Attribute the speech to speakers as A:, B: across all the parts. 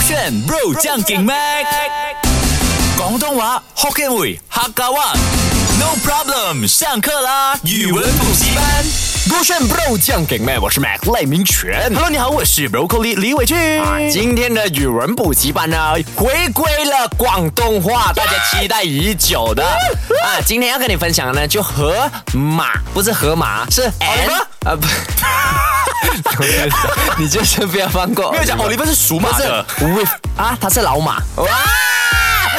A: 选 Bro 将劲 Mac，广东话 Hokkien 语客家话。No problem，上课啦！语文补习班。
B: 不炫 bro 酱给麦，我是 Mac 赖明全。
A: Hello，你好，我是 Broccoli 李伟俊。
B: 今天的语文补习班呢，回归了广东话，大家期待已久的
C: 嗯
B: 啊！今天要跟你分享的呢，就河马，不是河马，
C: 哦
B: 是 N 啊不， 你就是不要放过，
A: 没有讲 Oliver 是属马
B: 不是
A: 的，
B: with 啊，它是老马哇。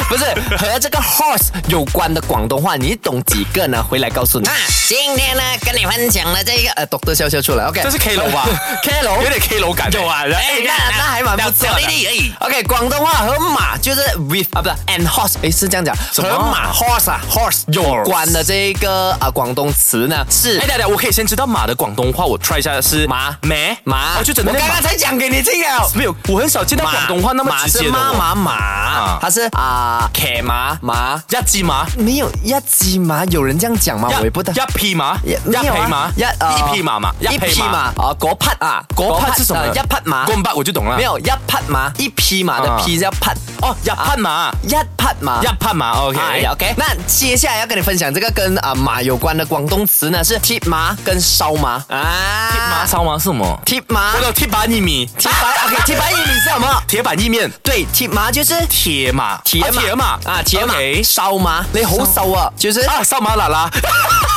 B: 不是和这个 horse 有关的广东话，你懂几个呢？回来告诉你。
C: 那啊今天呢，跟你分享了这个呃，懂得笑笑出来，OK，
A: 这是 K 楼 吧？
B: K 楼
A: 有点 K 楼感有啊。
B: 哎
A: 哎，
B: 那那还蛮不错
C: 小
B: 的
C: 弟。弟而已。
B: OK，广东话和马就是 with 啊，不是 and horse，诶，是这样讲，
A: 么
B: 和马 horse 啊 horse 有关的这个啊广东词呢是
A: 哎，大家，我可以先知道马的广东话，我 try 一下是
B: 马
A: 咩
B: 马，
A: 我哦就整
B: 我
A: 的
B: 刚刚才讲给你听了。
A: 没有，我很少见到广东话那么
B: 马
A: 直
B: 是
A: 接的
B: 妈
A: 哦。
B: 妈马，它是啊骑马马，
A: 一字马，
B: 没有一匹马，有人这样讲吗？我也不啊得。
A: 一匹马，一
B: 也没有啊
A: 匹马，
B: 一呃
A: 一匹马嘛，
B: 一匹马啊，嗰匹啊，
A: 嗰匹是什么
B: 呃一匹马，
A: 公八我就懂了。
B: 没有一匹马，一匹马的匹叫匹，
A: 哦，一匹马，
B: 一匹马
A: 一。匹马，OK，
B: 哎呀，OK。那接下来要跟你分享这个跟啊、马有关的广东词呢，是贴麻跟烧麻啊。
A: 铁马烧吗？是什么？
B: 贴麻
A: 我，懂，铁板意米，
B: 贴白 OK，贴白玉米是什么？
A: 铁板意面，
B: 对，贴麻就是
A: 铁马，
B: 铁马
A: 啊铁马
B: 啊，铁马
A: OK
B: 烧麻，你好瘦啊，就是
A: 啊，烧马喇喇，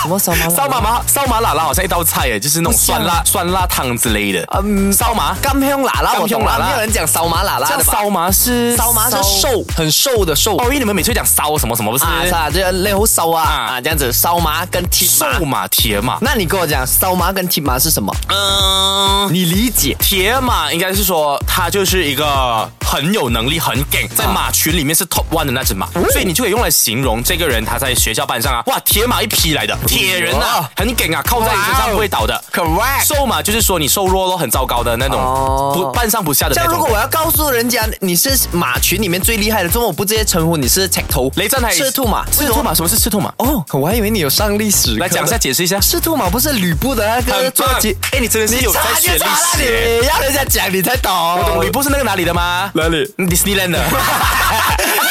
B: 什么烧麻？
A: 烧马麻，烧马喇喇好像一道菜耶，就是那种
B: 像
A: 酸辣酸辣汤之类的。
B: 嗯
A: 烧麻，
B: 干香喇啦，
A: 甘
B: 我懂
A: 香喇
B: 了，
A: 啦
B: 没有人讲烧麻喇啦
A: 这
B: 的
A: 样
B: 吧？
A: 烧麻是
B: 烧麻是瘦，很瘦的瘦
A: 哦，。因为你们每次会讲烧什么什么不是？
B: 啊，是啊，就是你好瘦啊
A: 啊
B: 啊，这样子烧麻跟贴麻
A: 瘦。马铁马，
B: 那你跟我讲烧麻跟贴麻是什么？
A: 嗯。
B: 你理解？
A: 铁马应该是说，它就是一个很有能力、很梗，在马群里面是 top one 的那只马，所以你就可以用来形容这个人，他在学校班上啊，哇，铁马一匹来的，铁人呐、啊，很梗啊，靠在你身上不会倒的。
B: Correct
A: 瘦马就是说你瘦弱咯，很糟糕的那种，
B: 哦
A: 不半上不下的
B: 这
A: 那
B: 样，如果
A: 种。
B: 我要告诉人家你是马群里面最厉害的，怎么我不直接称呼你是赤头？
A: 雷战还
B: 赤兔马，
A: 赤兔马什么是赤兔马？
B: 哦，我还以为你有上历史课的
A: 来讲一下，解释一下。
B: 赤兔马不是吕布的那个
A: 很
B: 坐
A: 棒
B: 骑？，
A: 哎，你真的是有在学历
B: 查啦
A: 史耶。
B: 你要人家讲你才懂。我
A: 懂吕布是那个哪里的吗？嗯
B: 哪里
A: ？Disneyland 的。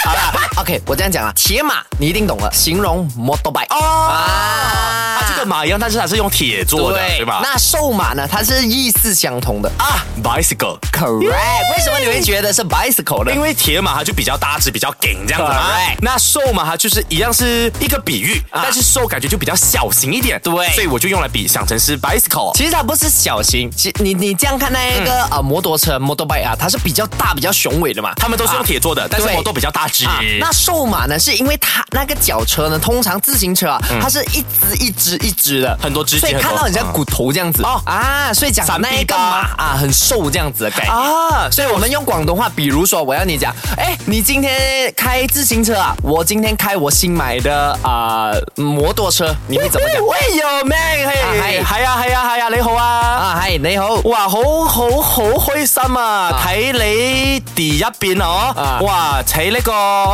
B: 好了，OK，我这样讲啊，铁马你一定懂了，形容 motorbike 啊
A: 它就跟马一样，但是它是用铁做的，对吧？
B: 那瘦马呢？它是意思相同的
A: 啊，bicycle。
B: ，correct？为什么你会觉得是 bicycle 呢？
A: 因为铁马它就比较大只，比较梗这样子嘛
B: Correct。啊
A: 那瘦马它就是一样是一个比喻，但是瘦感觉就比较小型一点。
B: 对
A: 所以我就用来比，想成是 bicycle。
B: 其实它不是小型，其你你这样看那个
A: 嗯
B: 啊、呃摩托车 motorbike 啊，它是比较大、比较雄伟的嘛。
A: 他们都是用铁做的，但是
B: 对
A: 我都比较大只。
B: 啊，那瘦马呢？是因为它那个脚车呢，通常自行车啊，它是一只一只一只的，
A: 嗯很多只
B: 所以
A: 很多
B: 看到很像
A: 嗯
B: 骨头这样子
A: 哦
B: 啊，所以讲
A: 闪避
B: 那一个
A: 吧
B: 马啊，很瘦这样子的概念。
A: 啊，
B: 所以我们用广东话，比如说我要你讲，哎，你今天开自行车啊，我今天开我新买的啊、摩托车，你会怎么讲？
A: 喂哟咩？系
B: 係
A: 系啊系啊系啊，你好啊。
B: 啊，嗨，你好，
A: 哇，好好好開心啊！睇、你第一遍哦，
B: 啊
A: 哇，睇呢、個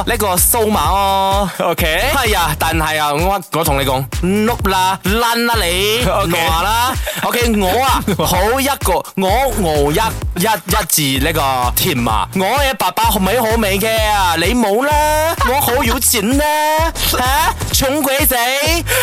A: 呢、個數碼哦，OK，係 啊，但係啊，我我同你講，碌啦，爛啦你，
B: OK
A: 我啦，OK，我啊， 好一個，我熬一一一字呢個甜啊，我嘅爸爸好美好美嘅啊，你冇啦，我好有錢 啦，嚇，窮鬼仔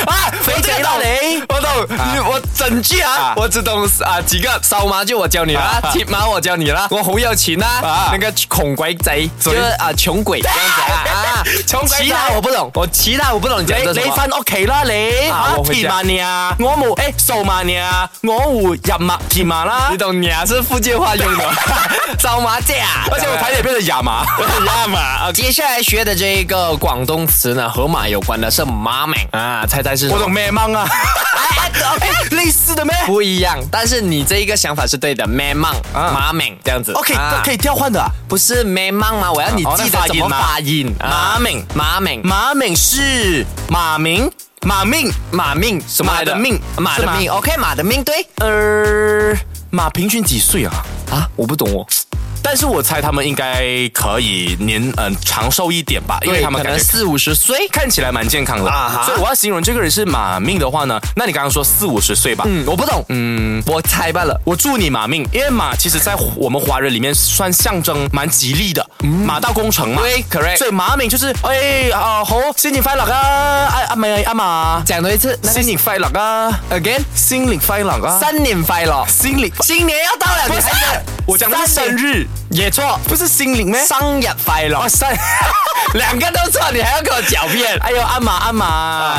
A: 啊，肥仔啦你。
B: 我懂，你我整句
A: 啊
B: 啊，我只懂啊几个烧麻就我教你啦
A: 啊，
B: 贴麻我教 你啦，我好有钱
A: 啊
B: 啦，那个穷鬼仔就是啊穷 鬼这样子啊啊，
A: 窮鬼仔
B: 其他我不懂，我其他我不懂你讲
A: 你
B: 的什
A: 你
B: 么。
A: 翻屋企啦你，
B: 啊
A: 嚇
B: 我會
A: 填
B: 這樣
A: 埋你啊，我冇誒掃埋你啊，我會入埋填埋啦
B: 你。懂你啊，是福建话用的， 烧麻架。
A: 而且我台也变成亚麻，亚麻。
B: 接下来学的这一个广东词呢，和马有关的是马明啊，猜猜是什
A: 我
B: 么？
A: 懂咩芒啊？类似的咩
B: 不一样，但是你这一个想法是对的，咩梦
A: 啊
B: 马明这样子。
A: ？OK，
B: 啊
A: 可以调换的啊。
B: 不是咩芒吗？我要你
A: 哦那
B: 记得
A: 发音
B: 怎么
A: 吗
B: 发音。啊
A: 马明
B: 马明，
A: 马明是马明，马明，
B: 马命什么来
A: 马的命
B: 马
A: 是
B: 的
A: 吗
B: 命。OK，马的命对
A: 呃，马平均几岁啊？
B: 啊，我不懂哦。
A: 但是我猜他们应该可以年嗯、长寿一点吧，因为
B: 对，
A: 他们
B: 可
A: 感
B: 能
A: 觉
B: 四五十岁。
A: 看起来蛮健康的
B: 啊哈
A: 所以我要形容这个人是马命的话呢，那你刚刚说四五十岁吧，
B: 嗯，我不懂，嗯，我猜罢了。
A: 我祝你马命，因为马其实在我们华人里面算象征蛮吉利的，马到功成嘛。
B: 对，correct
A: 所以马命就是，哎啊好，新年快乐啊，阿阿妹阿妈，
B: 讲多一次，那个
A: 新年快乐啊，
B: again，
A: 新年快乐啊，
B: 三年快乐，
A: 新年，
B: 新年要到了，
A: 不
B: 你
A: 是
B: 还在，
A: 我讲的是
B: 三
A: 生
B: 年
A: 日，也错，不是新年咩？
B: 生日快乐
A: 哦，，生。。
B: 两个都错，你还要给我狡辩
A: 哎呦，阿嫲阿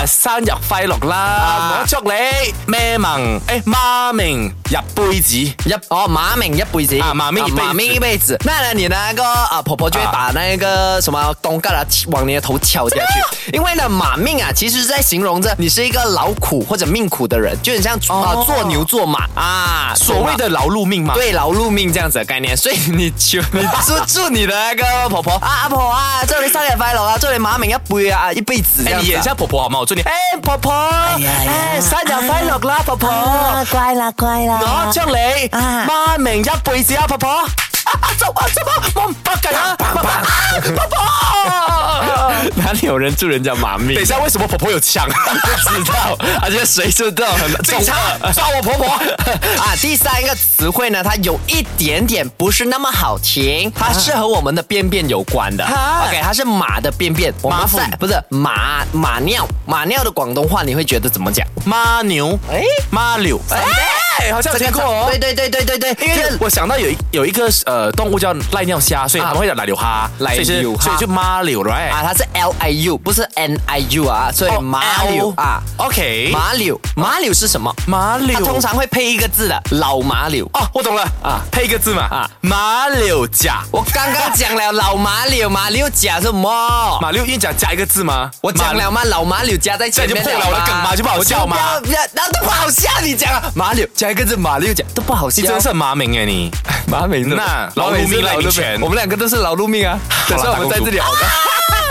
A: 嫲，生日快樂
B: 啊
A: 啦！我祝你咩盟誒媽明入杯子。
B: 一哦，马明一辈子
A: 啊马明一辈子
B: 马明一辈子。那呢，你那个啊婆婆就会把那个什么东嘎啦往你的头敲下去，因为呢马命啊，其实在形容着你是一个劳苦或者命苦的人，就很像啊
A: 哦
B: 做牛做马啊，
A: 所谓的劳碌命嘛，
B: 对劳碌命这 样子的概念，所以你求你祝祝你的那个婆婆啊阿婆啊，祝你生日快乐啊，祝你马明一辈啊一辈子这
A: 哎，
B: 样
A: 你
B: 子
A: 演一
B: 啊、
A: 下婆婆好嗎？我 祝你，哎，婆婆，哎，生日快樂啦，
B: 哦
A: 婆婆，
D: 啊，乖啦乖啦，
A: 我祝你
D: 啊
A: 媽明一輩子啊，婆婆，啊啊走啊走啊，我唔得㗎啊，婆婆啊，婆 婆。
B: 哪里有人祝人家马命？
A: 等一下， 为什么婆婆有 枪？
B: 知道，而且谁知 道很
A: 警察抓我婆婆。
B: 啊，第三个词汇呢，它有一点点不是那么好听，它是和我们的便便有关的。
A: 啊
B: OK，它是马的便便，我们
A: 马粪
B: 在不是马马尿，马尿的广东话你会觉得怎么讲？
A: 妈牛，
B: 哎
A: 妈柳，哎，好像有听过哦。
B: 对对对对对对，
A: 因为我想到有一有一个呃动物叫赖尿
B: 啊
A: 虾，所以他们会叫奶流哈，
B: 赖
A: 所以
B: 尿
A: 是
B: 哈
A: 所以就妈柳，right？
B: 啊，它是 L I U，不是 N I U 啊，所以
A: 哦
B: 马柳
A: L
B: 啊，
A: ，OK，
B: 马柳马柳是什么？
A: 马柳
B: 它，通常会配一个字的老马柳。
A: 哦，我懂了
B: 啊
A: 啊，配一个字嘛
B: 啊
A: 啊，马柳甲，
B: 我刚刚讲了老马柳，马柳甲什么？
A: 马六因为讲加一个字吗？
B: 我讲了吗？老马柳加在前面
A: 这样就破了
B: 嘛
A: 我的梗嘛就不好笑嘛
B: 不要，那都不好笑。你讲啊，马柳加一个字，马柳加都不好笑。
A: 你真的是很麻名哎你，
B: 马美
A: 的
B: 老
A: 劳碌
B: 美是
A: 命赖
B: 劳
A: 明
B: 碌
A: 全
B: 命，我们两个都是劳碌命啊。等一下
A: 好
B: 我
A: 了
B: 们在这里 好的。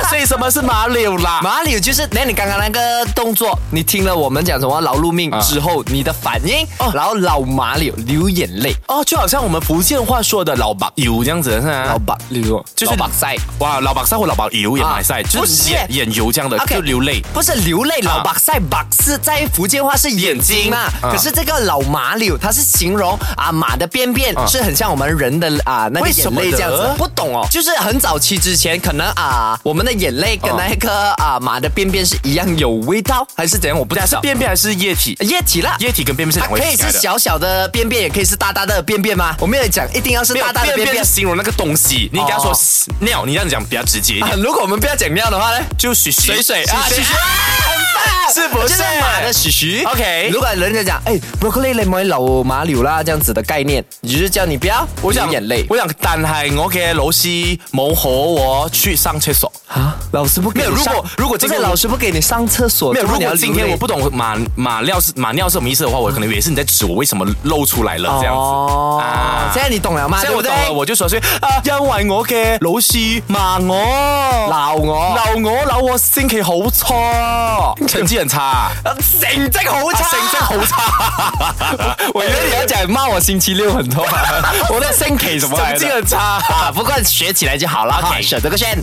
A: 所以什么是马柳啦？
B: 马柳就是，那你刚刚那个动作，你听了我们讲什么劳碌命
A: 啊
B: 之后，你的反应，然后老马柳流眼泪，
A: 哦，就好像我们福建话说的老白油这样子是吗？
B: 老马柳
A: 就是
B: 老马塞。
A: 哇，老白塞或老白油也
B: 啊
A: 埋塞，就
B: 不是
A: 是眼眼油这样的，
B: OK
A: 就流泪。
B: 不是流泪，老白塞白是在福建话是眼睛嘛，
A: 嗯
B: 可是这个老马柳，它是形容啊马的便便是很像我们人的啊那个
A: 为什
B: 眼
A: 么
B: 泪这样子
A: 呢，
B: 不懂哦，就是很早期之前可能啊我们的眼泪跟
A: 嗯
B: 那个啊马的便便是一样有味道，还是怎样我不知
A: 但是
B: 道，
A: 便便还是液体？
B: 液体啦。
A: 液体跟便便是
B: 它
A: 两回
B: 可
A: 事。
B: 以是小小的便便，也可以是大大的便便吗？我没有讲一定要是
A: 没有
B: 大大的
A: 便
B: 便
A: 便
B: 便
A: 是。形容那个东西，你跟他
B: 哦
A: 说屎尿，你这样讲比较直接一
B: 啊
A: 点，
B: 如果我们不要讲尿的话呢？
A: 就许许
B: 水水啊，
A: 许
B: 许
A: 许
B: 许，很棒，
A: 是不是
B: 就是马的许许
A: OK
B: 如果人家讲，哎，broccoli 你咪流马柳啦，这样子的概念，你就是叫你不要
A: 我
B: 流
A: 想
B: 眼泪
A: 我想，但系我嘅老师冇和我去上厕所。
B: 啊。老师不给
A: 没有
B: 你上
A: 如果如果今天
B: 不是
A: 我
B: 老师不给你上厕所，
A: 没有，
B: 怎
A: 如
B: 么你要
A: 果今天
B: 流泪
A: 我不懂马马尿是马尿是什么意思的话，我可能以为是你在指我为什么漏出来了这样
B: 哦
A: 子啊。
B: 现在你懂了吗？
A: 现在我
B: 对
A: 懂
B: 不对
A: 了，我就说所以啊，因為我嘅老師罵我，
B: 鬧我
A: 鬧我，鬧我星期好 差，成績很差，
B: 啊成绩好
A: 啊
B: 差，
A: 成績 好差，
B: 我以为你要讲骂我星期六很 痛，我的星期什么来
A: 成績
B: 的
A: 很差。
B: 啊，不过学起来就好了。OK，选择个选。